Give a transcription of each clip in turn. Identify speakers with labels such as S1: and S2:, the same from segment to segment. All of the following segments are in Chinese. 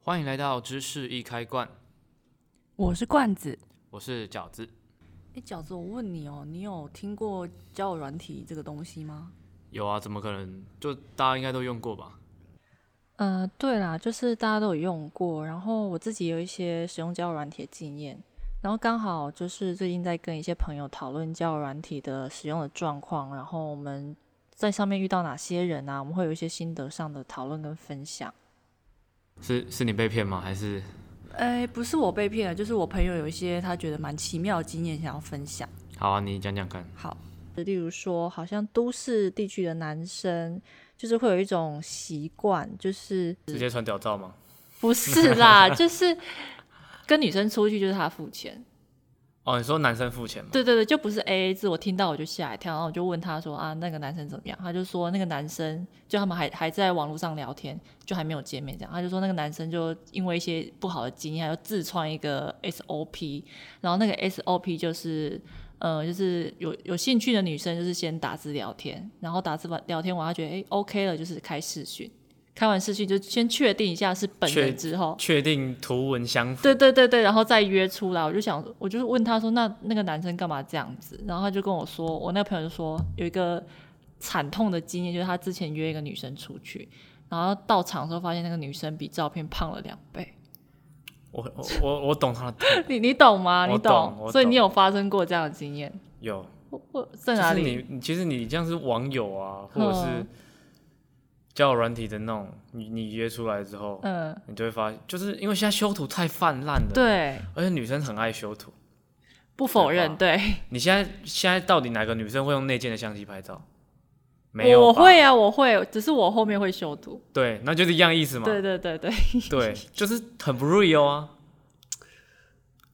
S1: 欢迎来到知识一开罐，
S2: 我是罐子。
S1: 我是饺子。
S2: 哎，饺子，我问你哦，你有听过交友软体这个东西吗？
S1: 有啊，怎么可能？就大家应该都用过吧？
S3: 呃，对啦，就是大家都有用过，然后我自己有一些使用交友软体的经验，然后刚好就是最近在跟一些朋友讨论交友软体的使用的状况，然后我们在上面遇到哪些人啊，我们会有一些心得上的讨论跟分享。
S1: 是是你被骗吗？还是
S2: 哎，不是我被骗了，就是我朋友有一些他觉得蛮奇妙的经验想要分享。
S1: 好啊？你讲讲看。
S2: 好，
S3: 例如说，好像都市地区的男生就是会有一种习惯，就是
S1: 直接传屌照吗？
S3: 不是啦， 就是跟女生出去就是他付钱。
S1: 哦，你说男生付钱吗？
S3: 对对对，就不是 A A 制，我听到我就吓一跳，然后我就问他说啊，那个男生怎么样？他就说那个男生就他们还还在网络上聊天，就还没有见面这样。他就说那个男生就因为一些不好的经验，他就自创一个 S O P，然后那个 S O P 就是呃，就是有有兴趣的女生就是先打字聊天，然后打字完聊天完，他觉得诶 O、k 了，就是开视讯，开完视讯就先确定一下是本
S1: 确
S3: 人之后，
S1: 确定图文相符。
S3: 对对对对，然后再约出来，我就想，我就是问他说，那那个男生干嘛这样子？然后他就跟我说，我那个朋友就说有一个惨痛的经验，就是他之前约一个女生出去，然后到场的时候发现那个女生比照片胖了两倍，
S1: 我我我我懂他的。
S3: 你你懂吗？
S1: 我
S3: 你
S1: 懂我
S3: 所以你
S1: 懂
S3: 有发生过这样的经验？
S1: 有，
S3: 我我在
S1: 就
S3: 哪
S1: 是
S3: 里？
S1: 你你其实你这样是网友啊，或者是
S3: 嗯
S1: 交友软体的那种，你你约出来之后，
S3: 嗯，
S1: 你就会发现，就是因为现在修图太泛滥了，，
S3: 对，
S1: 而且女生很爱修图。
S3: 不否
S1: 对吧
S3: 认，对，
S1: 你现在现在到底哪个女生会用内建的相机拍照？没有吧，
S3: 我会啊，我会，只是我后面会修图。
S1: 对，那就是一样意思嘛。
S3: 对对对对，
S1: 对，就是很不 real 啊，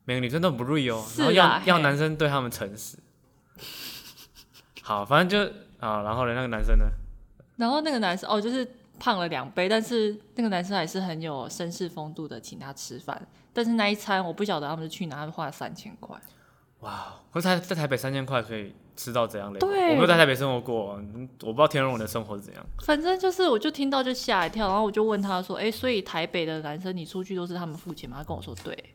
S1: 每个女生都很不 real，、啊、
S3: 是
S1: 然后
S3: 啦
S1: 要要
S3: 嘿
S1: 男生对她们诚实。好，反正就啊，然后呢，那个男生呢，
S3: 然后那个男生哦，就是胖了两倍，但是那个男生还是很有绅士风度的，请他吃饭。但是那一餐我不晓得他们是去哪，他们花了三千块。
S1: 哇，可是他在台北三千块可以吃到怎样的？
S3: 对
S1: 我没有在台北生活过，嗯我不知道天龙人的生活是怎样。
S3: 反正就是，我就听到就吓一跳，然后我就问他说：“哎，所以台北的男生你出去都是他们付钱吗？”他跟我说：“对，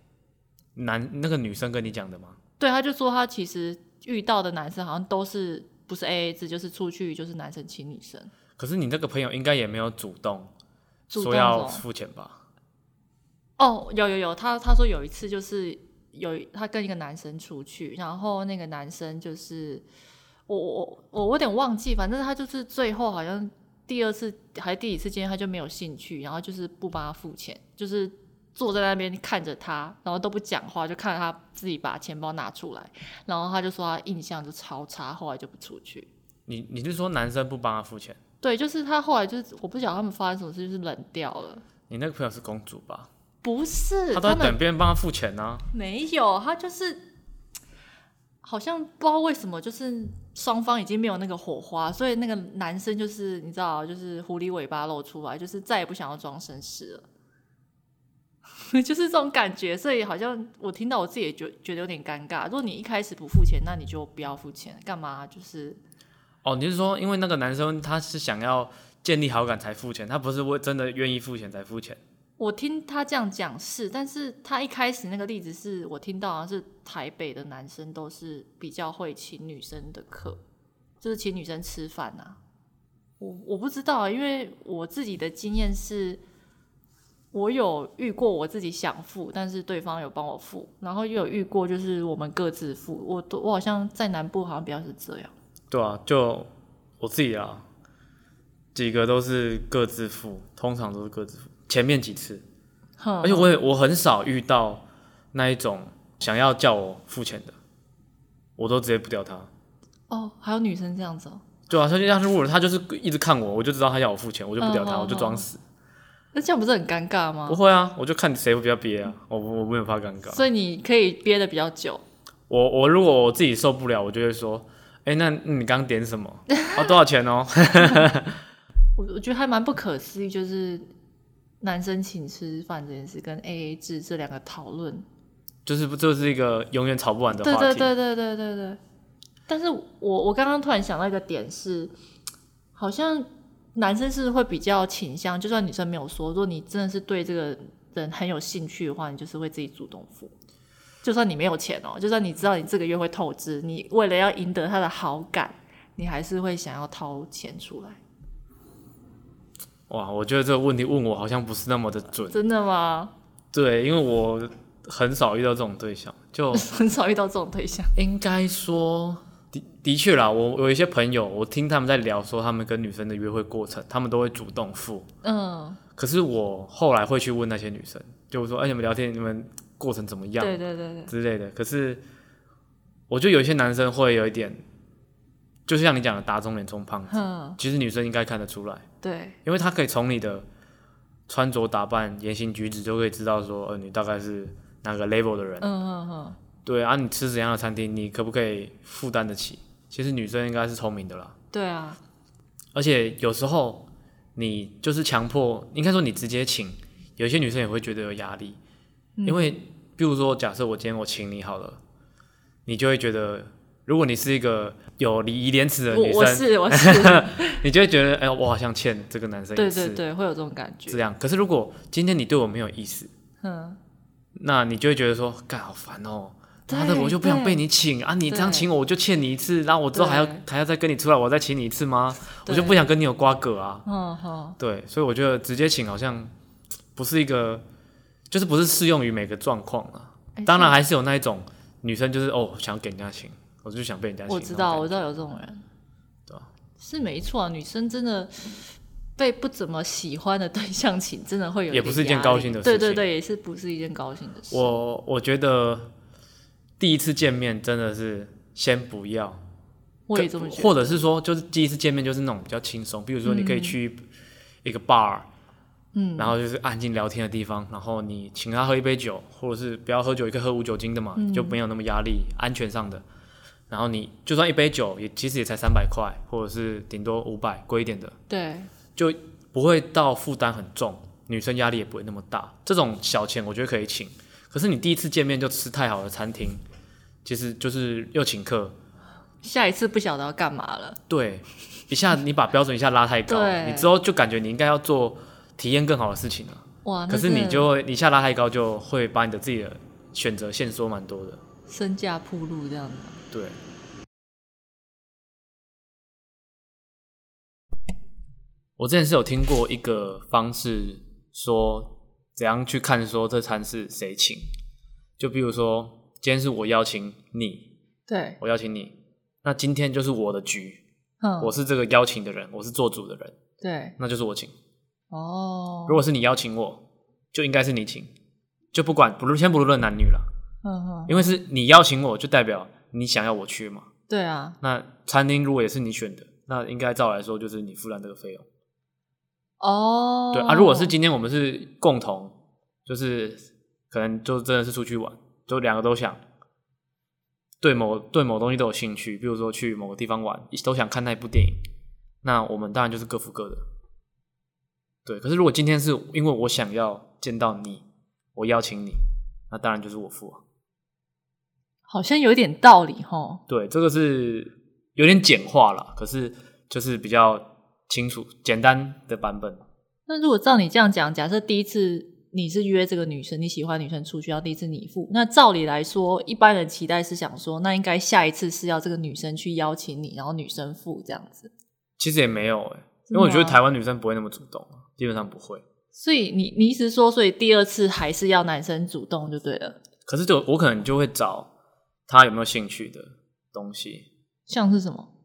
S1: 男那个女生跟你讲的吗？
S3: 对。”他就说他其实遇到的男生好像都是不是 A A 制，就是出去就是男生请女生。
S1: 可是你那个朋友应该也没有主动
S3: 主
S1: 说
S3: 动
S1: 要
S3: 哦
S1: 付钱吧？
S3: 哦，有有有，他他说有一次就是有一他跟一个男生出去，然后那个男生就是我我我我有点忘记，反正他就是最后好像第二次还是第几次见面他就没有兴趣，然后就是不帮他付钱，就是坐在那边看着他，然后都不讲话，就看着他自己把钱包拿出来，然后他就说他印象就超差，后来就不出去。
S1: 你你是说男生不帮他付钱？
S3: 对，就是他后来就是我不晓得他们发生什么事，就是冷掉了。
S1: 你那个朋友是公主吧？
S3: 不是，
S1: 她
S3: 他
S1: 都在
S3: 们
S1: 等别人帮她付钱呢、啊
S3: 没有，他就是好像不知道为什么，就是双方已经没有那个火花，所以那个男生就是你知道，就是狐狸尾巴露出来，就是再也不想要装绅士了， 就是这种感觉。所以好像我听到我自己也觉觉得有点尴尬。如果你一开始不付钱，那你就不要付钱，干嘛？就是
S1: 哦，你是说因为那个男生他是想要建立好感才付钱，他不是为真的愿意付钱才付钱？
S3: 我听他这样讲是，但是他一开始那个例子是我听到好像是台北的男生都是比较会请女生的客，就是请女生吃饭啊。我我不知道啊，因为我自己的经验是，我有遇过我自己想付，但是对方有帮我付，然后又有遇过就是我们各自付。我都我好像在南部好像比较是这样。
S1: 对啊，就我自己啊，几个都是各自付，通常都是各自付。前面几次，
S3: 哼
S1: 而且我也我很少遇到那一种想要叫我付钱的，我都直接不掉他。
S3: 哦，还有女生这样子哦，
S1: 对啊，他就像是如果他就是一直看我，我就知道他要我付钱，我就不掉他，
S3: 嗯嗯
S1: 我就装死。
S3: 那这样不是很尴尬吗
S1: 不？会啊，我就看谁会比较憋啊，我不我没有怕尴尬。
S3: 所以你可以憋的比较久。
S1: 我我如果我自己受不了，我就会说，哎、那你刚刚点什么？ 啊，多少钱哦？
S3: 我我觉得还蛮不可思议，就是男生请吃饭这件事跟 A A 制这两个讨论，
S1: 就是不就是一个永远吵不完的话
S3: 对
S1: 题。
S3: 对对对对对对。但是我我刚刚突然想到一个点是，好像男生是会比较倾向，就算女生没有说，如果你真的是对这个人很有兴趣的话，你就是会自己主动付。就算你没有钱哦，就算你知道你这个月会透支，你为了要赢得他的好感，你还是会想要掏钱出来。
S1: 哇，我觉得这个问题问我好像不是那么的准。
S3: 真的吗？
S1: 对，因为我很少遇到这种对象，就
S3: 很少遇到这种对象。
S1: 应该说的的确啦。我我有一些朋友，我听他们在聊说他们跟女生的约会过程，他们都会主动付。
S3: 嗯，
S1: 可是我后来会去问那些女生，就是说，哎、你们聊天，你们过程怎么样
S3: 对对对对，
S1: 之类的。可是我觉得有一些男生会有一点，就是像你讲的打肿脸充胖子，
S3: 嗯，
S1: 其实女生应该看得出来。
S3: 对，
S1: 因为他可以从你的穿着打扮、言行举止就可以知道说，呃，你大概是哪个 level 的人。
S3: 嗯嗯嗯，
S1: 对啊，你吃怎样的餐厅，你可不可以负担得起？其实女生应该是聪明的啦，
S3: 对啊，
S1: 而且有时候你就是强迫，应该说你直接请，有些女生也会觉得有压力，
S3: 嗯
S1: 因为比如说，假设我今天我请你好了，你就会觉得，如果你是一个有礼仪廉耻的
S3: 我
S1: 女
S3: 我
S1: 生，
S3: 是我 是，
S1: 你就会觉得，哎、我好像欠这个男生一
S3: 对
S1: 次，
S3: 对对，会有这种感觉
S1: 这。样。可是如果今天你对我没有意思，
S3: 嗯，
S1: 那你就会觉得说，干好烦哦、
S3: 对
S1: 妈的，我就不想
S3: 对
S1: 被你请啊！你这样
S3: 对
S1: 请我，我就欠你一次，然后我之后还要
S3: 对
S1: 还要再跟你出来，我再请你一次吗？我
S3: 对
S1: 就不想跟你有瓜葛啊。
S3: 嗯哼，
S1: 对，所以我觉得直接请好像不是一个，就是不是适用于每个状况啊。
S3: 哎
S1: 当然还是有那一种女生就是哦，想给人家请，我就想被人家请。
S3: 我知道，我
S1: 那种
S3: 知道有这种人，
S1: 对啊
S3: 是没错啊。女生真的被不怎么喜欢的对象请，真的会有
S1: 也
S3: 点
S1: 不是一件
S3: 压
S1: 高
S3: 力
S1: 兴的事
S3: 对对
S1: 情
S3: 对，也是不是一件高兴的
S1: 感
S3: 事。
S1: 觉我我觉得第一次见面真的是先不要，
S3: 我也
S1: 可
S3: 这么觉得。
S1: 或者是说，就是第一次见面就是那种比较轻松，比如说你可以去一个 bar，
S3: 嗯，
S1: 然后就是安静聊天的地方，然后你请他喝一杯酒，或者是不要喝酒，也可以喝无酒精的嘛，
S3: 嗯
S1: 就没有那么压力，安全上的。然后你就算一杯酒也其实也才三百块，或者是顶多五百，贵一点的
S3: 对，
S1: 就不会到负担很重，女生压力也不会那么大。这种小钱我觉得可以请，可是你第一次见面就吃太好的餐厅，其实就是又请客，
S3: 下一次不晓得要干嘛了。
S1: 对，一下你把标准一下拉太高，
S3: 对哦
S1: 你之后就感觉你应该要做体验更好的事情了。
S3: 哇，那
S1: 可是
S3: 真
S1: 你
S3: 的
S1: 就会你一下拉太高，就会把你的自己的选择限缩蛮多的。
S3: 身价铺路这样子。
S1: 对，我之前是有听过一个方式说怎样去看说这餐是谁请，就比如说今天是我邀请你，
S3: 对，
S1: 我邀请你，那今天就是我的局，
S3: 嗯，
S1: 我是这个邀请的人，我是做主的人。
S3: 对，
S1: 那就是我请。
S3: 哦，
S1: 如果是你邀请我，就应该是你请，就不管不论先不论男女了，
S3: 嗯哼，
S1: 因为是你邀请我，就代表你想要我去嘛。
S3: 对啊，
S1: 那餐厅如果也是你选的，那应该照来说就是你负担这个费用。
S3: 哦，
S1: 对啊，如果是今天我们是共同，就是可能就真的是出去玩，就两个都想。对某对某东西都有兴趣，比如说去某个地方玩，都想看那部电影，那我们当然就是各付各的。对，可是如果今天是因为我想要见到你，我邀请你，那当然就是我付啊。
S3: 好像有点道理吼。
S1: 对，这个是有点简化了，可是就是比较清楚、简单的版本。
S3: 那如果照你这样讲，假设第一次你是约这个女生，你喜欢女生出去，要第一次你付，那照理来说，一般人期待是想说，那应该下一次是要这个女生去邀请你，然后女生付这样子。
S1: 其实也没有哎、
S3: 真的哦
S1: 因为我觉得
S3: 吗
S1: 台湾女生不会那么主动啊，基本上不会。
S3: 所以你你意思说，所以第二次还是要男生主动就对了，
S1: 可是就我可能就会找她有没有兴趣的东西，
S3: 像是什么？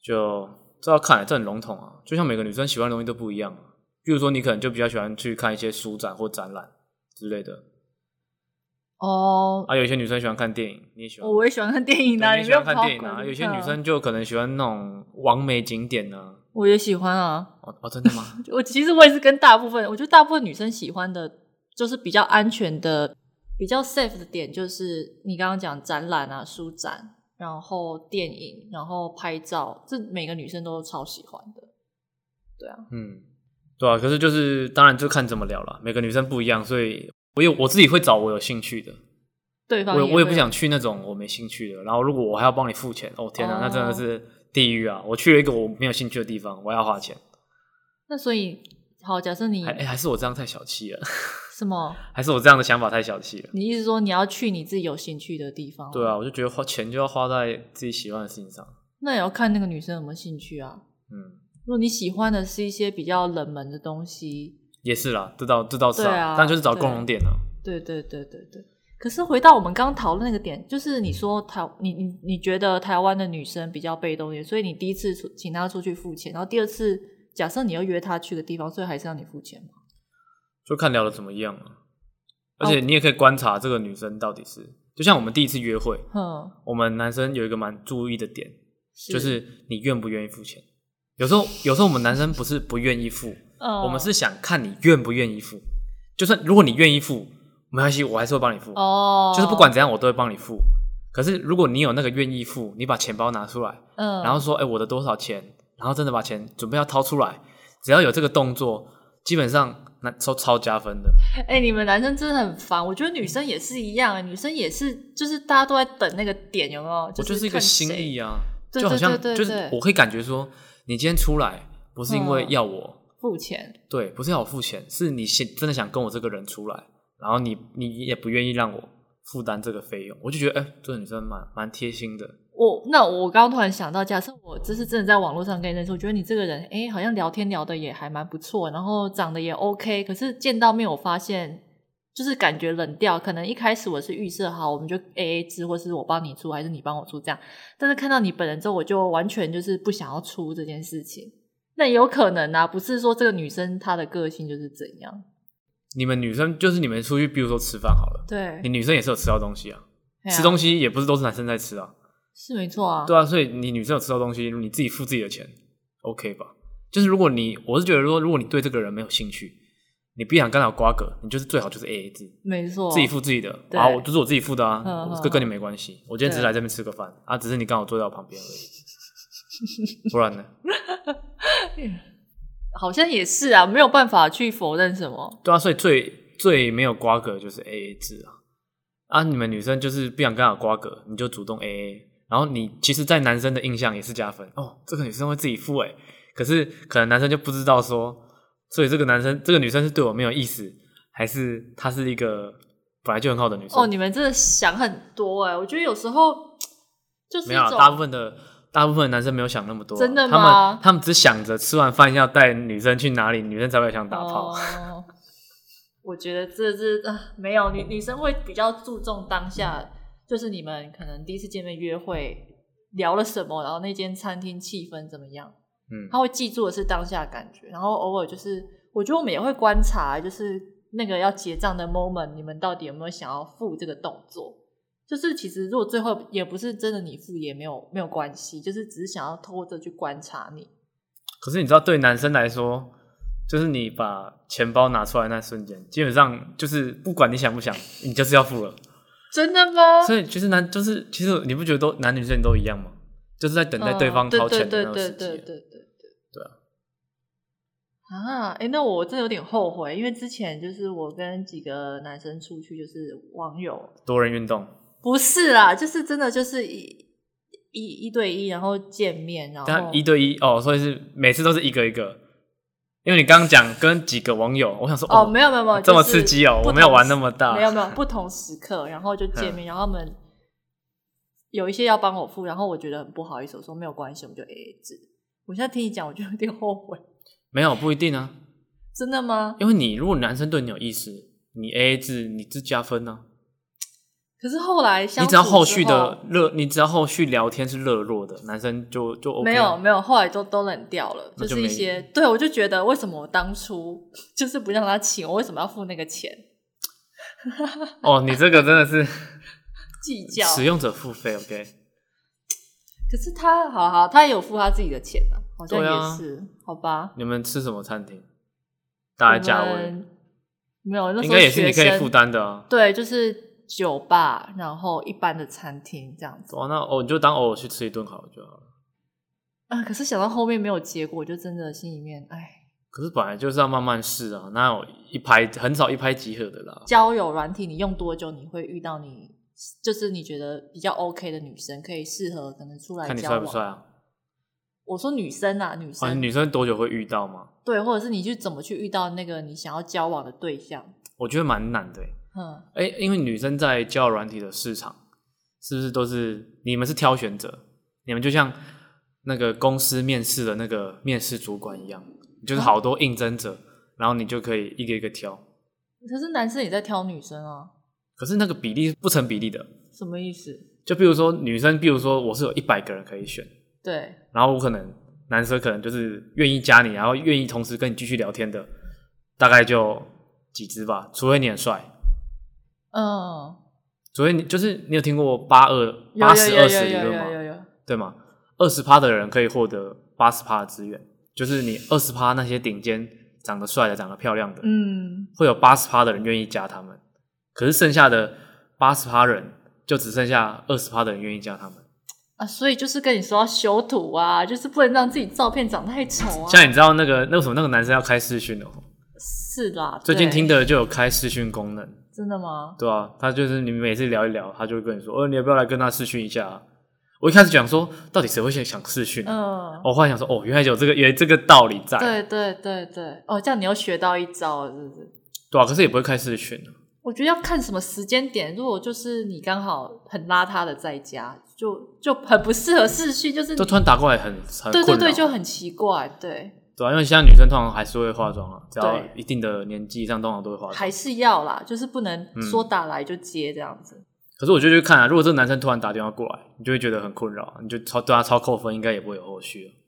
S1: 就这要看、这很笼统啊。就像每个女生喜欢的东西都不一样、啊，比如说你可能就比较喜欢去看一些书展或展览之类的，
S3: 哦，
S1: 啊，有一些女生喜欢看电影，你也喜欢。
S3: 我也喜欢看电影啊，
S1: 对你也
S3: 哦你不
S1: 喜
S3: 要
S1: 欢看
S3: 跑
S1: 电影
S3: 过
S1: 啊，
S3: 来
S1: 有些女
S3: 嗯
S1: 生就可能喜欢那种完美景点呢、
S3: 我也喜欢啊。
S1: 啊。哦哦，真的吗？
S3: 我其实我也是跟大部分，我觉得大部分女生喜欢的，就是比较安全的、比较 safe 的点，就是你刚刚讲展览啊、书展，然后电影，然后拍照，这每个女生都超喜欢的。对啊，
S1: 嗯，对啊，可是就是当然就看怎么聊了，每个女生不一样，所以我有我自己会找我有兴趣的，
S3: 对方
S1: 我
S3: 会
S1: 我也不想去那种我没兴趣的。然后如果我还要帮你付钱，哦天哪，
S3: 哦
S1: 那真的是地狱啊！我去了一个我没有兴趣的地方，我还要花钱，哎
S3: 那所以好，假设你
S1: 还、哎还是我这样太小气了。
S3: 什什么？
S1: 还是我这样的想法太小气了。
S3: 你意思说你要去你自己有兴趣的地方？
S1: 对啊，，我就觉得花钱就要花在自己喜欢的事情上。
S3: 那也要看那个女生有没有兴趣啊。
S1: 嗯，
S3: 如果你喜欢的是一些比较冷门的东西，
S1: 也是啦，这倒这倒是
S3: 对啊
S1: 但就是找
S3: 对
S1: 共同点啊。
S3: 对对对对对。可是回到我们刚讨论那个点，就是你说
S1: 嗯
S3: 台，你你你觉得台湾的女生比较被动一点，所以你第一次出请她出去付钱，然后第二次假设你要约她去个地方，所以还是要你付钱嘛？
S1: 就看聊的怎么样
S3: 哦
S1: 啊。而且你也可以观察这个女生到底是，就像我们第一次约会，
S3: 哼，
S1: 我们男生有一个蛮注意的点，就是你愿不愿意付钱。有时候，有时候我们男生不是不愿意付，
S3: 嗯
S1: 我们是想看你愿不愿意付。就算如果你愿意付，没关系，我还是会帮你付。
S3: 哦，
S1: 就是不管怎样，我都会帮你付。可是如果你有那个愿意付，你把钱包拿出来，
S3: 嗯，
S1: 然后说：“哎、我的多少钱？”然后真的把钱准备要掏出来，只要有这个动作，基本上那超超加分的。
S3: 哎、你们男生真的很烦，我觉得女生也是一样、女生也是，就是大家都在等那个点，有没有？
S1: 我就是一个
S3: 看
S1: 心
S3: 谁
S1: 意啊，
S3: 对
S1: 就好
S3: 对
S1: 像
S3: 对对
S1: 就是
S3: 对
S1: 我可以感觉说，你今天出来不是因为
S3: 嗯
S1: 要我，
S3: 付钱，
S1: 对，不是要我付钱，是你想真的想跟我这个人出来，然后你你也不愿意让我负担这个费用，我就觉得哎、这个女生蛮蛮贴心的。
S3: 我那我刚刚突然想到，假设我这是真的在网络上跟你认识，我觉得你这个人，哎、好像聊天聊的也还蛮不错，然后长得也 OK，可是见到面我发现就是感觉冷掉。可能一开始我是预设好，我们就 A A 制，或是我帮你出，还是你帮我出这样。但是看到你本人之后，我就完全就是不想要出这件事情。那也有可能啊，不是说这个女生她的个性就是怎样，
S1: 你们女生就是你们出去，比如说吃饭好了，
S3: 对啊
S1: 你，女生也是有吃到东西啊，
S3: 对啊
S1: 吃东西也不是都是男生在吃啊，
S3: 是没错啊，
S1: 对啊，所以你女生有吃到东西，你自己付自己的钱，OK 吧？就是如果你，我是觉得说，如果你对这个人没有兴趣，你不想跟他有瓜葛，你就是最好就是 AA 制，
S3: 没错，
S1: 自己付自己的。
S3: 对
S1: 啊，我就是我自己付的啊，
S3: 嗯
S1: 我
S3: 嗯
S1: 这跟你没关系。我今天只是来这边吃个饭啊，只是你刚好坐在我旁边而已。不然呢？
S3: 好像也是啊，没有办法去否认什么。
S1: 对啊，所以最最没有瓜葛就是 AA 制啊。啊，你们女生就是不想跟他有瓜葛，你就主动 AA。然后你其实，在男生的印象也是加分哦。这个女生会自己付诶、可是可能男生就不知道说，所以这个男生这个女生是对我没有意思，还是她是一个本来就很好的女生？
S3: 哦，你们真的想很多哎、我觉得有时候就是
S1: 没
S3: 一
S1: 有啊，
S3: 种
S1: 大部分的大部分的男生没有想那么多啊、
S3: 真的
S1: 他
S3: 吗
S1: 们他们只想着吃完饭要带女生去哪里，女生才会想打炮。
S3: 哦、 我觉得这是啊，没有女女生会比较注重当下，就是你们可能第一次见面约会聊了什么，然后那间餐厅气氛怎么样，
S1: 嗯，
S3: 他会记住的是当下的感觉，然后偶尔就是我觉得我们也会观察，就是那个要结账的 moment，你们到底有没有想要付这个动作？就是其实如果最后也不是真的你付也没有没有关系，就是只是想要透过这去观察你。
S1: 可是你知道，对男生来说，就是你把钱包拿出来那瞬间，基本上就是不管你想不想，你就是要付了。
S3: 真的吗？
S1: 所以其实男就是其实你不觉得都男女生都一样吗？就是在等待对方
S3: 嗯
S1: 掏钱的
S3: 对
S1: 那个
S3: 对
S1: 时
S3: 对对对
S1: 机。
S3: 对对
S1: 对啊
S3: 啊，哎、那我真的有点后悔，因为之前就是我跟几个男生出去，就是网友，
S1: 多人运动，
S3: 不是啦，就是真的就是一一一对一，然后见面，然后
S1: 但一对一哦，所以是每次都是一个一个。因为你刚刚讲跟几个网友，我想说
S3: 哦，没有没有没有，
S1: 这么
S3: 就是
S1: 刺激哦，
S3: 不
S1: 我没有
S3: 同
S1: 玩
S3: 时
S1: 那么大。嗯
S3: 没有没有不同时刻，然后就见面，然后他们有一些要帮我付，然后我觉得很不好意思，我说没有关系，我们就 A A 制。我现在听你讲，我就有点后悔，
S1: 没有，不一定啊，
S3: 真的吗？
S1: 因为你如果男生对你有意思，你 A A 制，你自加分呢、
S3: 可是后来相
S1: 你只要
S3: 处
S1: 后
S3: 之
S1: 续的热，你只要后续聊天是热络的，男生就就 OK
S3: 没
S1: 啊
S3: 有没有，后来都都冷掉了，
S1: 那就是
S3: 一
S1: 没
S3: 些对我就觉得为什么我当初 就是不让他请，我为什么要付那个钱
S1: 哦，你这个真的 是
S3: 计较？
S1: 使用者付费，OK？
S3: 可是他好好，他也有付他自己的钱啊，好像
S1: 对啊
S3: 也是、好吧？
S1: 你们吃什么餐厅？大概价
S3: 我
S1: 位
S3: 们没有，那时
S1: 应
S3: 候
S1: 该也是你可
S3: 学
S1: 以
S3: 生
S1: 负。担的啊。
S3: 对，就是酒吧，然后一般的餐厅这样子。
S1: 哦，那哦，你就当偶尔去吃一顿好了就好了。
S3: 啊，可是想到后面没有结果，我就真的心里面哎，
S1: 可是本来就是要慢慢试啊，哪有一拍很少一拍即合的啦。
S3: 交友软体你用多久，你会遇到你就是你觉得比较 OK 的女生，可以适合可能出来
S1: 看你
S3: 交
S1: 帅
S3: 往。
S1: 不哦帅啊？
S3: 我说女生啊，女
S1: 好
S3: 生、
S1: 像女生多久会遇到吗？
S3: 对，或者是你去怎么去遇到那个你想要交往的对象？
S1: 我觉得蛮难的欸、
S3: 嗯，
S1: 哎、因为女生在交友软体的市场，是不是都是你们是挑选者？你们就像那个公司面试的那个面试主管一样，就是
S3: 嗯
S1: 好多应征者，然后你就可以一个一个挑。
S3: 可是男生也在挑女生啊，
S1: 可是那个比例是不成比例的，
S3: 什么意思？
S1: 就比如说女生，比如说我是有一百个人可以选，
S3: 对，
S1: 然后我可能男生可能就是愿意加你，然后愿意同时跟你继续聊天的，大概就几只吧，除非你很帅，
S3: 嗯，
S1: 除非你就是你有听过八二
S3: 有
S1: 八十
S3: 有
S1: 二
S3: 有
S1: 十
S3: 有
S1: 理
S3: 有
S1: 论
S3: 有
S1: 吗？
S3: 有有，
S1: 对吗？二十趴的人可以获得八十趴的资源，就是你二十趴那些顶尖长得帅的、长得漂亮的，
S3: 嗯，
S1: 会有八十趴的人愿意加他们，可是剩下的八十趴人就只剩下二十趴的人愿意加他们。
S3: 啊，所以就是跟你说要修图啊，就是不能让自己照片长太丑啊。
S1: 像你知道那个那为什么那个男生要开视讯哦？
S3: 是啦，
S1: 最近
S3: 对
S1: 听的就有开视讯功能，
S3: 真的吗？
S1: 对啊，他就是你每次聊一聊，他就会跟你说，哦，你要不要来跟他视讯一下、啊？我一开始讲说，到底谁会想想视讯啊？
S3: 嗯，
S1: 我后来想说，哦，原来有这个有这个道理在，
S3: 对对对对，哦，这样你又学到一招了，是不是？
S1: 对啊，可是也不会开视讯啊。
S3: 我觉得要看什么时间点，如果就是你刚好很邋遢的在家，就就很不适合视讯，就是
S1: 就
S3: 你
S1: 突然打过来很很
S3: 对对
S1: 困扰
S3: 对，就很奇怪，对，
S1: 对啊，因为现在女生通常还是会化妆啊，只要
S3: 对
S1: 一定的年纪以上，通常都会化妆
S3: 还。是要啦，就是不能
S1: 嗯
S3: 说打来就接这样子。
S1: 可是我就去看啊，如果这个男生突然打电话过来，你就会觉得很困扰啊，你就超对他超扣分，应该也不会有后续啊了。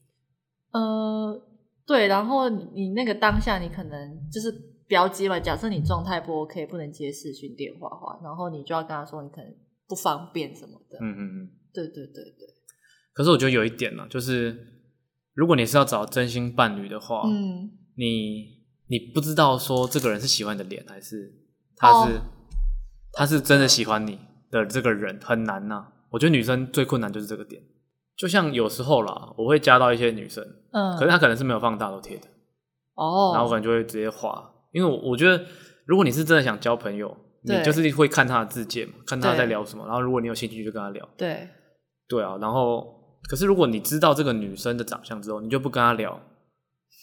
S3: 呃，对，然后你你那个当下，你可能就是不要接嘛。假设你状态不 OK，不能接视讯电话的话，然后你就要跟他说你可能不方便什么的。
S1: 嗯嗯嗯。
S3: 对对对对，
S1: 可是我觉得有一点呢、就是如果你是要找真心伴侣的话，
S3: 嗯，
S1: 你你不知道说这个人是喜欢你的脸，还是他是、
S3: 哦
S1: 他是真的喜欢你的这个人很难呐、我觉得女生最困难就是这个点。就像有时候啦，我会加到一些女生，
S3: 嗯，
S1: 可是她可能是没有放大头贴的，
S3: 哦，
S1: 然后我可能就会直接划，因为我我觉得如果你是真的想交朋友，你
S3: 对
S1: 就是会看他的字界嘛，看他
S3: 对
S1: 在聊什么，然后如果你有兴趣就跟他聊，
S3: 对，
S1: 对啊，然后可是如果你知道这个女生的长相之后，你就不跟她聊，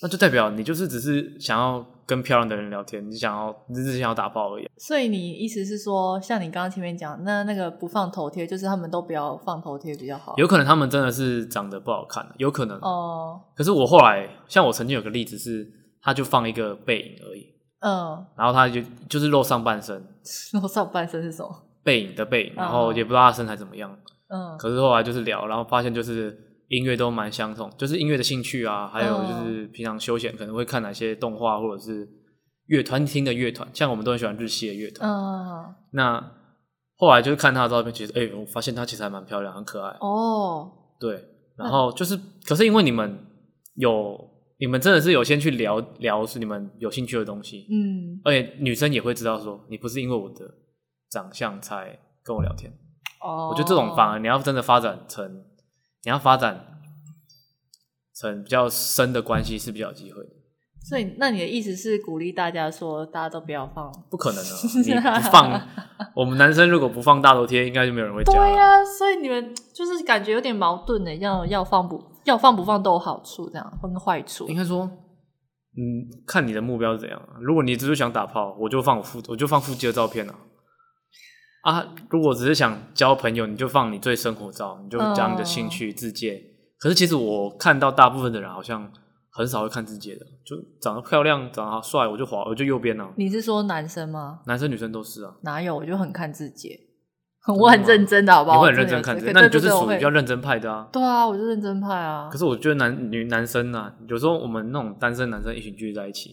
S1: 那就代表你就是只是想要跟漂亮的人聊天，你想要你只是想要打炮而已，
S3: 所以你意思是说，像你刚刚前面讲，那那个不放头贴，就是他们都不要放头贴比较好。
S1: 有可能他们真的是长得不好看，有可能。
S3: 哦，
S1: 可是我后来像我曾经有个例子是，他就放一个背影而已，
S3: 嗯，
S1: 然后他就就是露上半身。
S3: 然后上半身是什么？
S1: 背影的背影，
S3: 哦
S1: 然后也不知道他身材怎么样。
S3: 嗯，
S1: 可是后来就是聊，然后发现就是音乐都蛮相同，就是音乐的兴趣啊，还
S3: 嗯
S1: 有就是平常休闲可能会看哪些动画或者是乐团听的乐团，像我们都很喜欢日系的乐团。
S3: 嗯，
S1: 那后来就是看她的照片，其实哎、我发现她其实还蛮漂亮，很可爱。
S3: 哦，
S1: 对，然后就是，可是因为你们有，你们真的是有先去聊聊是你们有兴趣的东西，
S3: 嗯，
S1: 而且女生也会知道说你不是因为我的长相才跟我聊天。
S3: 哦，
S1: 我觉得这种反而你要真的发展成，你要发展成比较深的关系是比较有机会的。
S3: 所以，那你的意思是鼓励大家说，大家都不要放？
S1: 不可能的、啊，你不 放我们男生如果不放大头贴，应该就没有人会加
S3: 对啊
S1: 了。
S3: 呀、所以你们就是感觉有点矛盾呢，要要放不要放不放都有好处，这样分坏处
S1: 应。该说，嗯，看你的目标是怎样啊。如果你只是想打炮，我就放我腹，我就放腹肌的照片啊。啊，如果只是想交朋友，你就放你最生活照，你就讲你的兴
S3: 哦
S1: 趣、自介。可是其实我看到大部分的人好像很少会看自介的，就长得漂亮、长得帅，我就滑，我就右边啊。
S3: 你是说男生吗？
S1: 男生女生都是啊，
S3: 哪有？我就很看自 己，欸我
S1: 吗
S3: 很认真的，好不
S1: 你
S3: 好？
S1: 会
S3: 我
S1: 很
S3: 真
S1: 认
S3: 的
S1: 真
S3: 有
S1: 看自己，
S3: 这个
S1: 那你就
S3: 对
S1: 是
S3: 对
S1: 属
S3: 对我
S1: 于
S3: 会
S1: 比较认真派的啊。
S3: 对啊，我是认真派啊。
S1: 可是我觉得男女男生啊，有时候我们那种单身男生一起聚在一起，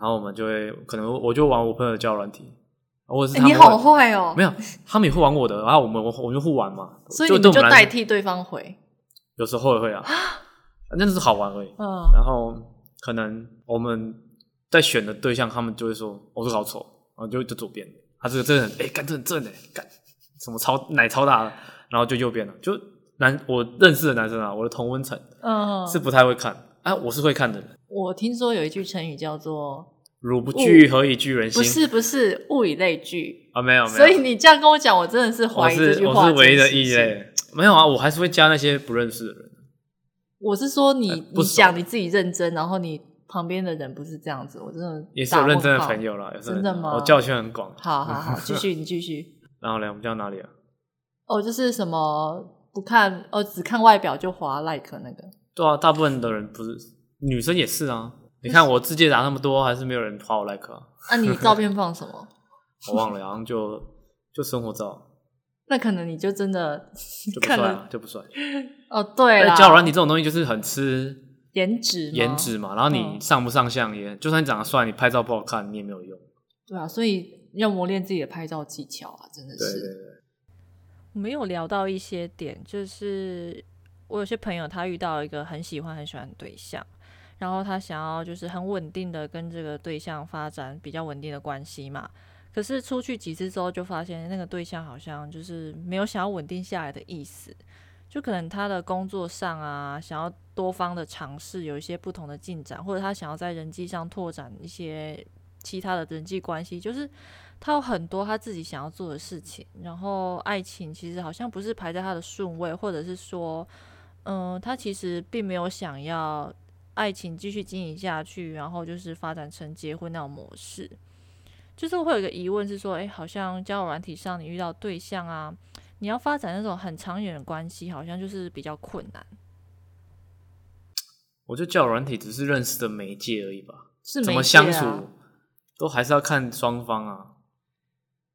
S1: 然后我们就会可能我就玩我朋友的交友软体，或者是
S3: 欸
S1: 他
S3: 你
S1: 们
S3: 好
S1: 玩、
S3: 坏哦，
S1: 没有，他们也会玩我的，然后我们我我们就互玩嘛，
S3: 所以你
S1: 对
S3: 们
S1: 我
S3: 就
S1: 们来
S3: 代
S1: 说，
S3: 替对方回。
S1: 有时候也会啊，那就是好玩而已。
S3: 嗯，
S1: 然后可能我们在选的对象，他们就会说我这个好丑，然后就就左边，他这个真的很哎干、这很正哎干什么超奶超大的，然后就右边了，就男我认识的男生啊，我的同温层
S3: 嗯，
S1: 是不太会看，啊我是会看的人。
S3: 我听说有一句成语叫做
S1: 汝不惧，何以惧人
S3: 哦“不
S1: 心？
S3: 是不是，物以类聚
S1: 啊，没有”，没有，
S3: 所以你这样跟我讲，我真的是
S1: 我
S3: 怀疑这
S1: 是
S3: 句
S1: 我
S3: 话
S1: 是唯一的
S3: 真实
S1: 异
S3: 性
S1: 类，没有啊，我还是会加那些不认识的人。
S3: 我是说你、
S1: 呃不
S3: 你
S1: 熟
S3: 讲你自己认真，然后你旁边的人不是这样子，我真的
S1: 也是有认真的
S3: 打问号
S1: 朋。友啦，有
S3: 真的吗
S1: 我教训很广。
S3: 好 好好，继续你继续。
S1: 然后嘞，我们教哪里啊？
S3: 哦，就是什么不看哦，只看外表就划 like 那个。
S1: 对啊，大部分的人不是女生也是啊。你看我字界打那么多，还是没有人夸我 like 啊？
S3: 那、你照片放什么？
S1: 我忘了，好像就就生活照
S3: 那可能你就真的
S1: 就不
S3: 看
S1: 帅
S3: 了
S1: 啊，就不帅。
S3: 哦，对
S1: 那
S3: 啦，
S1: 交友软体这种东西就是很吃
S3: 颜值吗
S1: 颜值嘛，然后你
S3: 嗯
S1: 上不上相也，就算你长得帅，你拍照不好看，你也没有用。
S3: 对啊，所以要磨练自己的拍照技巧啊，真的
S1: 对对
S3: 是。
S1: 对，
S3: 我们有聊到一些点，
S4: 就是我有些朋友他遇到一个很喜欢很喜欢的对象，然后他想要就是很稳定的跟这个对象发展比较稳定的关系嘛。可是出去几次之后，就发现那个对象好像就是没有想要稳定下来的意思，就可能他的工作上啊，想要多方的尝试，有一些不同的进展，或者他想要在人际上拓展一些其他的人际关系，就是他有很多他自己想要做的事情，然后爱情其实好像不是排在他的顺位，或者是说，嗯、他其实并没有想要爱情继续经营下去，然后就是发展成结婚那种模式。就是会有一个疑问是说，诶，好像交友软体上你遇到对象啊，你要发展那种很长远的关系，好像就是比较困难。
S1: 我觉得交友软体只是认识的媒介而已吧，
S3: 是
S1: 怎
S3: 媒
S1: 么
S3: 介啊
S1: 相处都还是要看双方啊。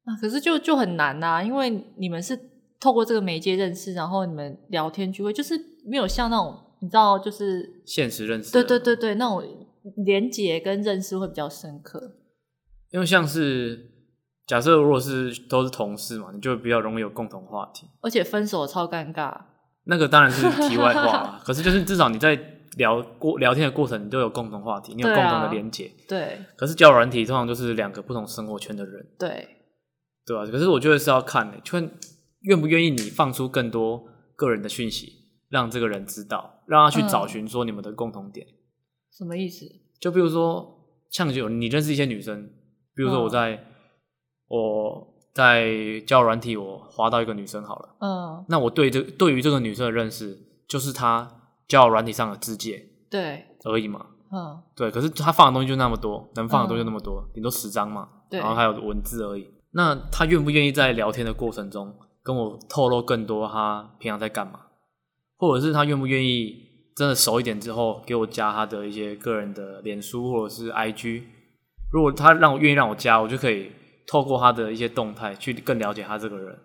S3: 啊？可是就就很难呐、因为你们是透过这个媒介认识，然后你们聊天聚会，就是没有像那种你知道，就是
S1: 现实认识
S3: 对
S1: 人
S3: 对对对，那种连结跟认识会比较深刻。
S1: 因为像是假设如果是都是同事嘛，你就比较容易有共同话题。
S3: 而且分手超尴尬，
S1: 那个当然是题外话 啦，可是就是至少你在聊过聊天的过程，你都有共同话题，你有
S3: 对
S1: 共
S3: 啊
S1: 同的连结。
S3: 对
S1: 可是交友软体通常就是两个不同生活圈的人，
S3: 对，
S1: 对吧、可是我觉得是要看、欸，看愿不愿意你放出更多个人的讯息，让这个人知道，让他去
S3: 嗯
S1: 找寻说你们的共同点。
S3: 什么意思？
S1: 就比如说，像有你认识一些女生，比如说我
S3: 嗯
S1: 在、我在交友软体，我滑到一个女生好了，
S3: 嗯，
S1: 那我对这对于这个女生的认识，就是她交友软体上的字界
S3: 对，
S1: 而已嘛。
S3: 嗯
S1: 对，可是她放的东西就那么多，能放的东西就那么多，顶多十张嘛，
S3: 对
S1: 然后还有文字而已。那她愿不愿意在聊天的过程中跟我透露更多她平常在干嘛，或者是她愿不愿意真的熟一点之后给我加她的一些个人的脸书或者是 IG？如果她让我愿意让我加，我就可以透过她的一些动态去更了解她这个人，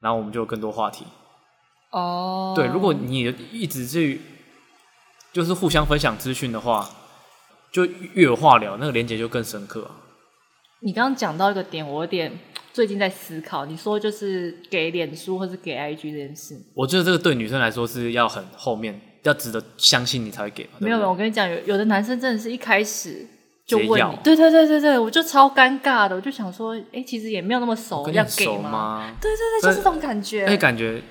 S1: 然后我们就有更多话题。
S3: 哦，
S1: 对，如果你一直去就是互相分享资讯的话，就越有话聊，那个连接就更深刻、啊。
S3: 你刚刚讲到一个点，我有点最近在思考。你说就是给脸书或是给 IG 这件事，
S1: 我觉得这个对女生来说是要很后面，要值得相信你才会给嘛。对不
S3: 没有没
S1: 对
S3: 有，我，跟你讲，有有的男生真的是一开始就问
S1: 直接要
S3: 你，对对对对对，我就超尴尬的，我就想说，哎，其实也没有那么熟，
S1: 跟你
S3: 要
S1: 很
S3: 给
S1: 熟？吗？
S3: 对
S1: 所
S3: 对对，
S1: 以
S3: 就是这种感觉
S1: 而且。感觉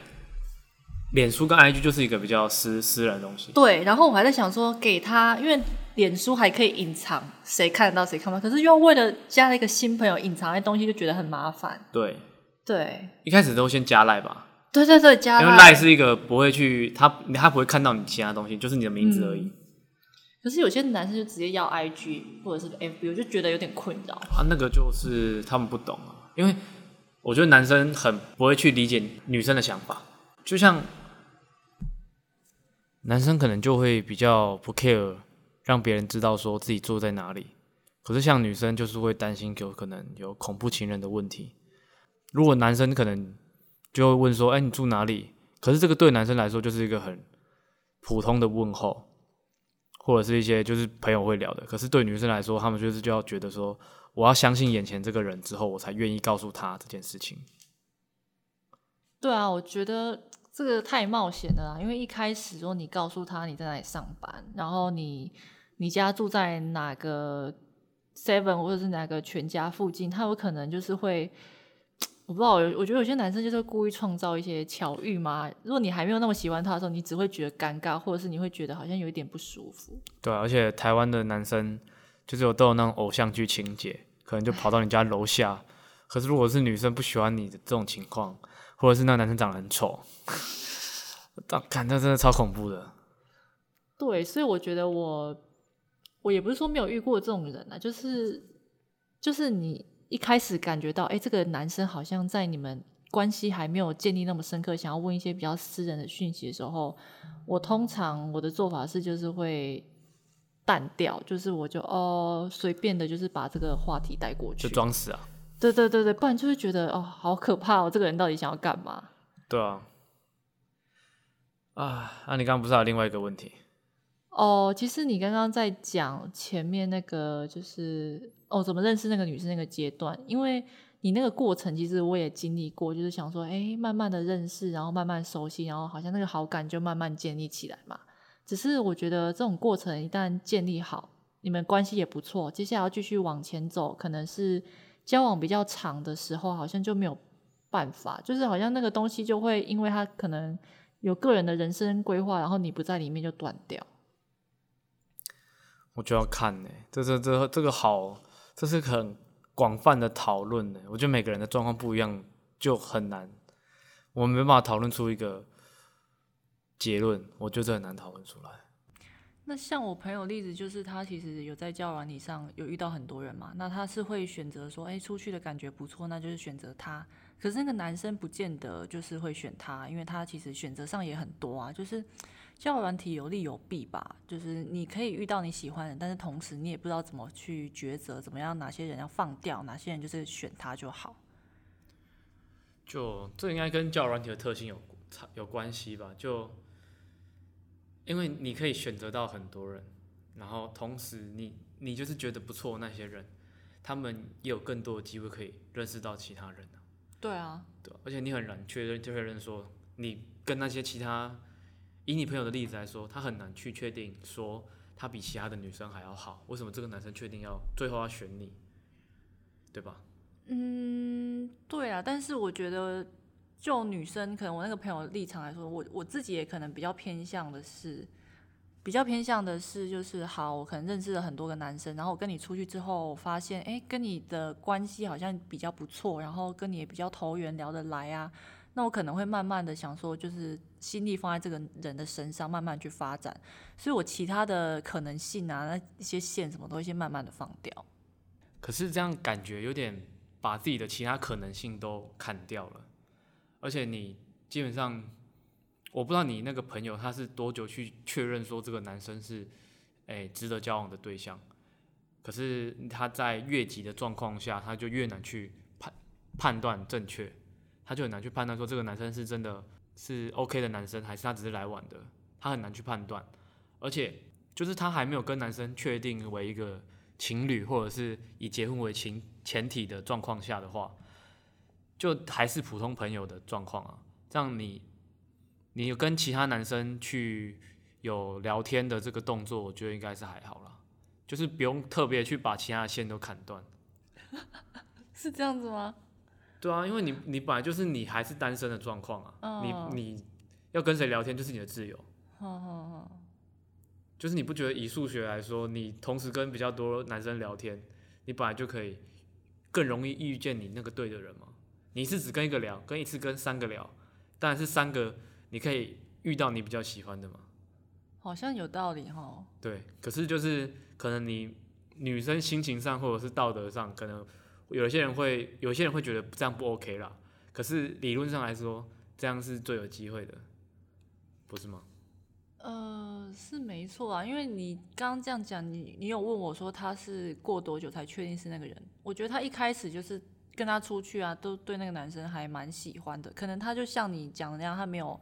S1: 脸书跟 IG 就是一个比较私私人的东西。
S3: 对，然后我还在想说给他，因为脸书还可以隐藏，谁看得到谁看不到，可是又要为了加了一个新朋友隐藏那东西，就觉得很麻烦。
S1: 对，
S3: 对
S1: 一开始都先加赖吧，
S3: 对对对，加
S1: 因为
S3: 啦
S1: 赖是一个不会去他他不会看到你其他东西，就是你的名字而已、
S3: 可是有些男生就直接要 IG 或者是 FB，我就觉得有点困扰。
S1: 啊。那个就是他们不懂啊，因为我觉得男生很不会去理解女生的想法，就像男生可能就会比较不 care 让别人知道说自己坐在哪里，可是像女生就是会担心有可能有恐怖情人的问题。如果男生可能就会问说：“哎、你住哪里？”可是这个对男生来说就是一个很普通的问候，或者是一些就是朋友会聊的。可是对女生来说，他们就是就要觉得说，我要相信眼前这个人之后，我才愿意告诉他这件事情。
S3: 对啊，我觉得这个太冒险了啊！因为一开始说你告诉他你在哪里上班，然后你你家住在哪个 Seven 或者是哪个全家附近，他有可能就是会，我不知道，有我觉得有些男生就是故意创造一些巧遇嘛。如果你还没有那么喜欢他的时候，你只会觉得尴尬，或者是你会觉得好像有一点不舒服。
S1: 对啊、而且台湾的男生就是有都有那种偶像剧情节，可能就跑到你家楼下。可是如果是女生不喜欢你的这种情况，或者是那个男生长得很丑，但看这真的超恐怖的。
S3: 对，所以我觉得我我也不是说没有遇过这种人啊，就是就是你一开始感觉到，哎、这个男生好像在你们关系还没有建立那么深刻，想要问一些比较私人的讯息的时候，我通常我的做法是就是会淡掉，就是我就哦随便的，就是把这个话题带过去
S1: 就，装死啊，
S3: 对对对对，不然就会觉得哦好可怕哦，这个人到底想要干嘛？
S1: 对啊。啊，那、你刚刚不是还有另外一个问题？
S3: 哦，其实你刚刚在讲前面那个，就是哦，怎么认识那个女生那个阶段，因为你那个过程，其实我也经历过，就是想说，哎，慢慢的认识，然后慢慢熟悉，然后好像那个好感就慢慢建立起来嘛。只是我觉得这种过程一旦建立好，你们关系也不错，接下来要继续往前走，可能是交往比较长的时候，好像就没有办法，就是好像那个东西就会因为他可能有个人的人生规划，然后你不在里面就断掉。
S1: 我就要看呢、这这这这个好，这是很广泛的讨论呢。我觉得每个人的状况不一样，就很难，我们没办法讨论出一个结论，我觉得这很难讨论出来。
S2: 那像我朋友例子，就是他其实有在交友软体上有遇到很多人嘛，那他是会选择说，哎、出去的感觉不错，那就是选择他。可是那个男生不见得就是会选他，因为他其实选择上也很多啊，就是交友软体有利有弊吧，就是你可以遇到你喜欢的人，但是同时你也不知道怎么去抉择，怎么样哪些人要放掉，哪些人就是选他就好。
S1: 就这应该跟交友软体的特性有差有关系吧？就因为你可以选择到很多人，然后同时你你就是觉得不错的那些人，他们也有更多的机会可以认识到其他人啊、
S2: 对啊，
S1: 对吧而且你很难确认确认说你跟那些其他，以你朋友的例子来说，他很难去确定说他比其他的女生还要好，为什么这个男生确定要最后要选你，对吧？
S2: 嗯，对啊，但是我觉得就女生，可能我那个朋友的立场来说，我我自己也可能比较偏向的是，比较偏向的是，就是好，我可能认识了很多个男生，然后我跟你出去之后，我发现哎，跟你的关系好像比较不错，然后跟你也比较投缘，聊得来啊，那我可能会慢慢的想说，就是心力放在这个人的身上，慢慢去发展，所以我其他的可能性啊，那一些线什么都会先慢慢的放掉。
S1: 可是这样感觉有点把自己的其他可能性都砍掉了，而且你基本上，我不知道你那个朋友他是多久去确认说这个男生是，哎、值得交往的对象，可是他在越级的状况下，他就越难去判判断正确，他就很难去判断说这个男生是真的是 OK 的男生，还是他只是来玩的，他很难去判断，而且就是他还没有跟男生确定为一个情侣或者是以结婚为情前提的状况下的话，就还是普通朋友的状况啊。这样你你有跟其他男生去有聊天的这个动作，我觉得应该是还好啦，就是不用特别去把其他的线都砍断。
S2: 是这样子吗？
S1: 对啊，因为你你本来就是你还是单身的状况啊，
S2: 哦
S1: 你你要跟谁聊天就是你的自由。
S2: 好好好。
S1: 就是你不觉得以数学来说，你同时跟比较多男生聊天，你本来就可以更容易遇见你那个对的人吗？你一次只跟一个聊，跟一次跟三个聊，当然是三个你可以遇到你比较喜欢的嘛。
S2: 好像有道理哈。
S1: 对，可是就是可能你女生心情上或者是道德上，可能有些人会有些人会觉得这样不 OK 啦。可是理论上来说，这样是最有机会的，不是吗？
S2: 呃，是没错啊，因为你刚刚这样讲，你你有问我说他是过多久才确定是那个人？我觉得他一开始就是跟他出去啊，都对那个男生还蛮喜欢的，可能他就像你讲的那样，他没有。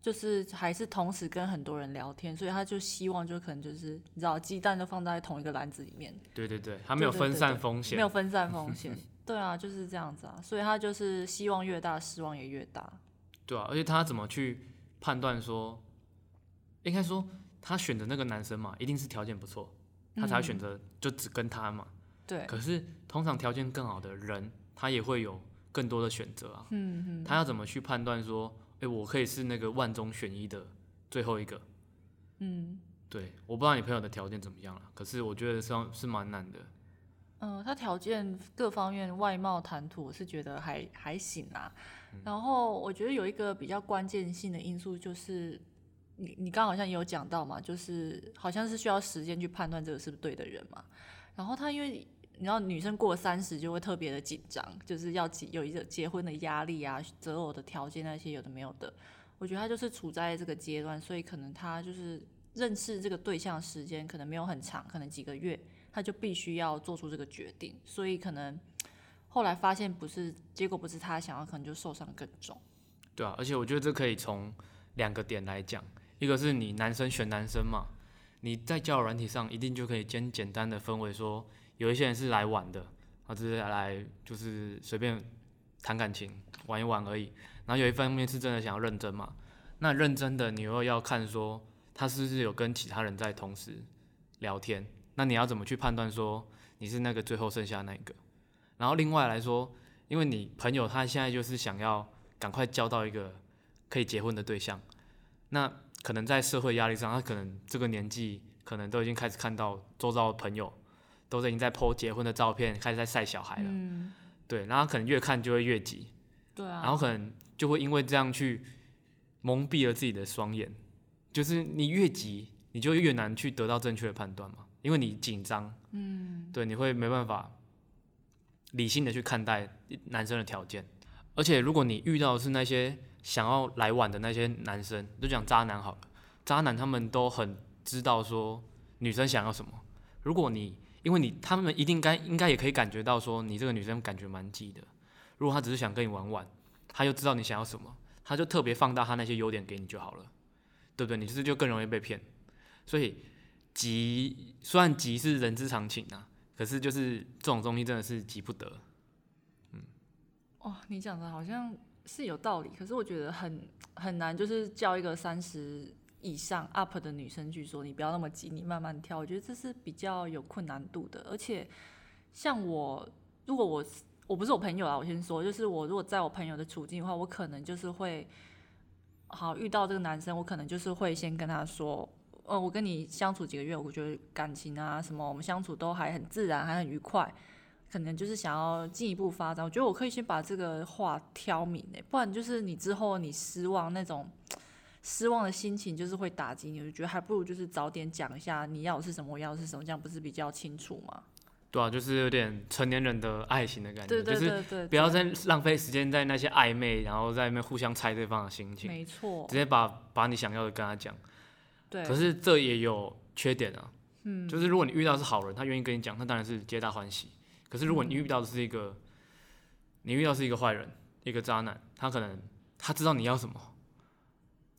S2: 就是还是同时跟很多人聊天，所以他就希望就可能就是你知道鸡蛋都放在同一个篮子里面，
S1: 对对对，他没有
S2: 对对
S1: 分
S2: 对
S1: 散
S2: 对
S1: 风险，
S2: 没有分散风险。对啊，就是这样子啊，所以他就是希望越大，失望也越大。
S1: 对啊，而且他怎么去判断说，应该说他选的那个男生嘛，一定是条件不错，他才会选
S2: 嗯
S1: 择就只跟他嘛。
S2: 对，
S1: 可是通常条件更好的人，他也会有更多的选择啊。
S2: 嗯嗯
S1: 他要怎么去判断说，哎、我可以是那个万中选一的最后一个？
S2: 嗯。
S1: 对，我不知道你朋友的条件怎么样了，可是我觉得是是蛮难的。
S2: 嗯，他条件各方面，外貌、谈吐，我是觉得还
S3: 啊
S2: 还行啦。然后我觉得有一个比较关键性的因素就是，
S3: 你你刚刚好像也有讲到嘛，就是好像是需要时间去判断这个是不是对的人嘛。然后他因为你知道女生过三十就会特别的紧张，就是要结有一个结婚的压力啊，择偶的条件那些有的没有的。我觉得他就是处在这个阶段，所以可能他就是认识这个对象时间可能没有很长，可能几个月，他就必须要做出这个决定。所以可能后来发现不是结果不是他想要，可能就受伤更重。
S1: 对啊，而且我觉得这可以从两个点来讲，一个是你男生选男生嘛，你在交友软体上一定就可以简简单的分为说，有一些人是来玩的，他只是来就是随便谈感情玩一玩而已，然后有一方面是真的想要认真嘛，那认真的你又要看说他是不是有跟其他人在同时聊天，那你要怎么去判断说你是那个最后剩下那一个？然后另外来说，因为你朋友他现在就是想要。赶快交到一个可以结婚的对象。那可能在社会压力上，他可能这个年纪，可能都已经开始看到周遭的朋友都已经在 PO 结婚的照片，开始在晒小孩了。
S3: 嗯，
S1: 对，然后可能越看就会越急，
S3: 对啊。
S1: 然后可能就会因为这样去蒙蔽了自己的双眼。就是你越急，你就越难去得到正确的判断嘛，因为你紧张，嗯，对，你会没办法理性的去看待男生的条件。而且如果你遇到的是那些想要来晚的那些男生，就讲渣男好了，渣男他们都很知道说女生想要什么。如果你因为你他们一定该应该也可以感觉到说你这个女生感觉蛮急的。如果她只是想跟你玩玩，她就知道你想要什么，她就特别放大她那些优点给你就好了，对不对？你就是就更容易被骗。所以急虽然急是人之常情啊，可是就是这种东西真的是急不得。
S3: 哦，你讲的好像是有道理，可是我觉得很很难，就是叫一个三十以上 up 的女生去说你不要那么急，你慢慢挑。我觉得这是比较有困难度的，而且像我，如果我我不是我朋友啊，我先说，就是我如果在我朋友的处境的话，我可能就是会，好遇到这个男生，我可能就是会先跟他说。呃，我跟你相处几个月，我觉得感情啊什么，我们相处都还很自然，还很愉快。可能就是想要进一步发展，我觉得我可以先把这个话挑明诶、不然就是你之后你失望那种失望的心情，就是会打击你。我就觉得还不如就是早点讲一下你要的是什么，我要的是什么，这样不是比较清楚吗？
S1: 对啊，就是有点成年人的爱情的感觉，
S3: 对
S1: 哎
S3: 对对
S1: 就是
S3: 对对，
S1: 不要再浪费时间在那些暧昧，然后在那边互相猜对方的心情，
S3: 没 错
S1: 直，接把把你想要的跟他讲。
S3: 对，
S1: 可是这也有缺点啊，嗯，就是如果你遇到是好人，他愿意跟你讲，那当然是皆大欢喜。可是如果你遇到的是一个，你遇到是一个坏人，一个渣男，他可能他知道你要什么，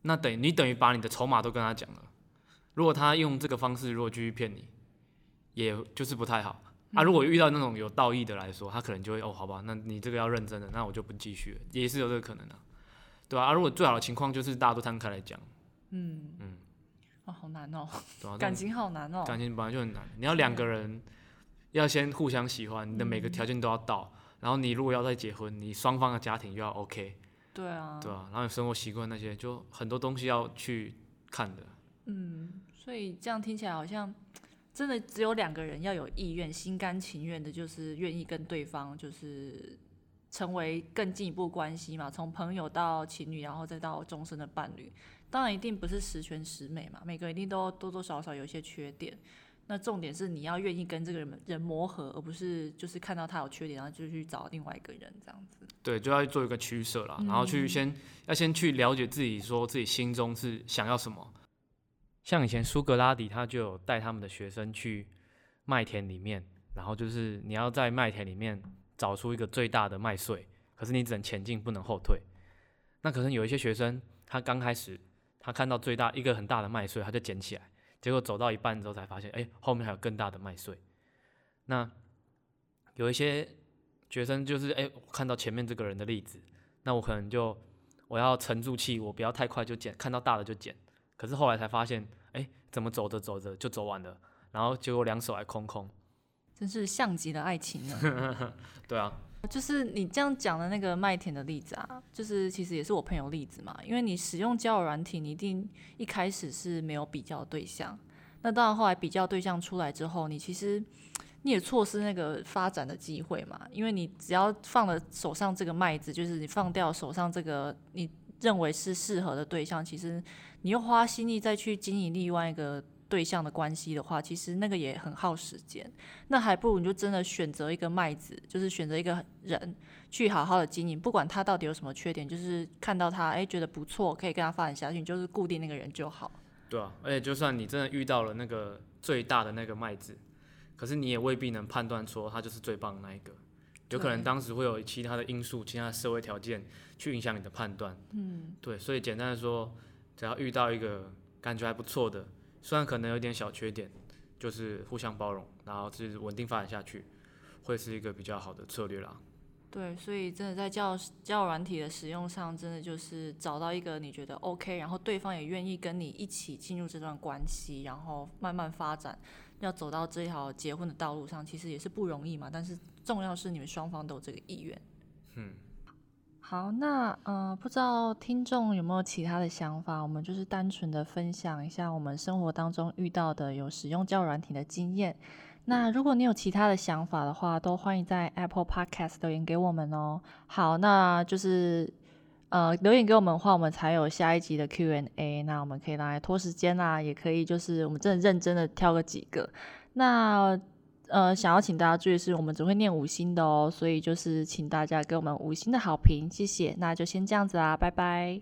S1: 那等于你等于把你的筹码都跟他讲了。如果他用这个方式，如果继续骗你，也就是不太好。啊，如果遇到那种有道义的来说，他可能就会哦，好吧，那你这个要认真的，那我就不继续了，也是有这个可能啊，对啊，啊如果最好的情况就是大家都摊开来讲，
S3: 嗯
S1: 嗯
S3: 哦，好难哦，
S1: 对啊，这种
S3: 感情好难哦，
S1: 感情本来就很难，你要两个人要先互相喜欢，你的每个条件都要到，然后你如果要再结婚，你双方的家庭又要 OK，
S3: 对啊，
S1: 对吧、然后你生活习惯那些，就很多东西要去看的。
S3: 嗯，所以这样听起来好像真的只有两个人要有意愿、心甘情愿的，就是愿意跟对方就是成为更进一步关系嘛，从朋友到情侣，然后再到终身的伴侣。当然，一定不是十全十美嘛，每个人一定都多多少少有一些缺点。那重点是你要愿意跟这个人人磨合，而不是就是看到他有缺点，然后就去找另外一个人这样子。
S1: 对，就要做一个取舍啦，然后去先、要先去了解自己，说自己心中是想要什么。像以前苏格拉底他就有带他们的学生去麦田里面，然后就是你要在麦田里面找出一个最大的麦穗，可是你只能前进不能后退。那可能有一些学生，他刚开始他看到最大一个很大的麦穗，他就捡起来，结果走到一半之后才发现，哎，后面还有更大的麦穗。那有一些学生就是哎、我看到前面这个人的例子，那我可能就我要沉住气，我不要太快就剪，看到大的就剪。可是后来才发现，哎、怎么走着走着就走完了，然后结果两手还空空。
S3: 真是像极了爱情呢。
S1: 对啊，
S3: 就是你这样讲的那个麦田的例子啊，就是其实也是我朋友例子嘛。因为你使用交友软体，你一定一开始是没有比较对象，那当然后来比较对象出来之后，你其实你也错失那个发展的机会嘛。因为你只要放了手上这个麦子，就是你放掉手上这个你
S2: 认为是适合的对象，其实你又花心力再去经营另外一个对象的关系的话，其实那个也很耗时间。那还不如你就真的选择一个麦子，就是选择一个人去好好的经营，不管他到底有什么缺点，就是看到他哎觉得不错，可以跟他发展下去，你就是固定那个人就好。
S1: 对啊，而且就算你真的遇到了那个最大的那个麦子，可是你也未必能判断说他就是最棒的那一个，有可能
S2: 对
S1: 当时会有其他的因素、其他的社会条件去影响你的判断。嗯，对，所以简单的说，只要遇到一个感觉还不错的，虽然可能有点小缺点，就是互相包容，然后是稳定发展下去，会是一个比较好的策略啦。
S2: 对，所以真的在教教软体的使用上，真的就是找到一个你觉得 OK，然后对方也愿意跟你一起进入这段关系，然后慢慢发展，要走到这条结婚的道路上，其实也是不容易嘛。但是重要是你们双方都有这个意愿。
S1: 嗯，
S3: 好，那呃，不知道听众有没有其他的想法？我们就是单纯的分享一下我们生活当中遇到的有使用教软体的经验。那如果你有其他的想法的话，都欢迎在 Apple Podcast 留言给我们哦。好，那就是呃留言给我们的话，我们才有下一集的 Q&A。那我们可以拿来拖时间啦，也可以就是我们真的认真的挑个几个。那呃，想要请大家注意的是，我们只会念五星的哦，所以就是请大家给我们五星的好评，谢谢。那就先这样子啦，拜拜。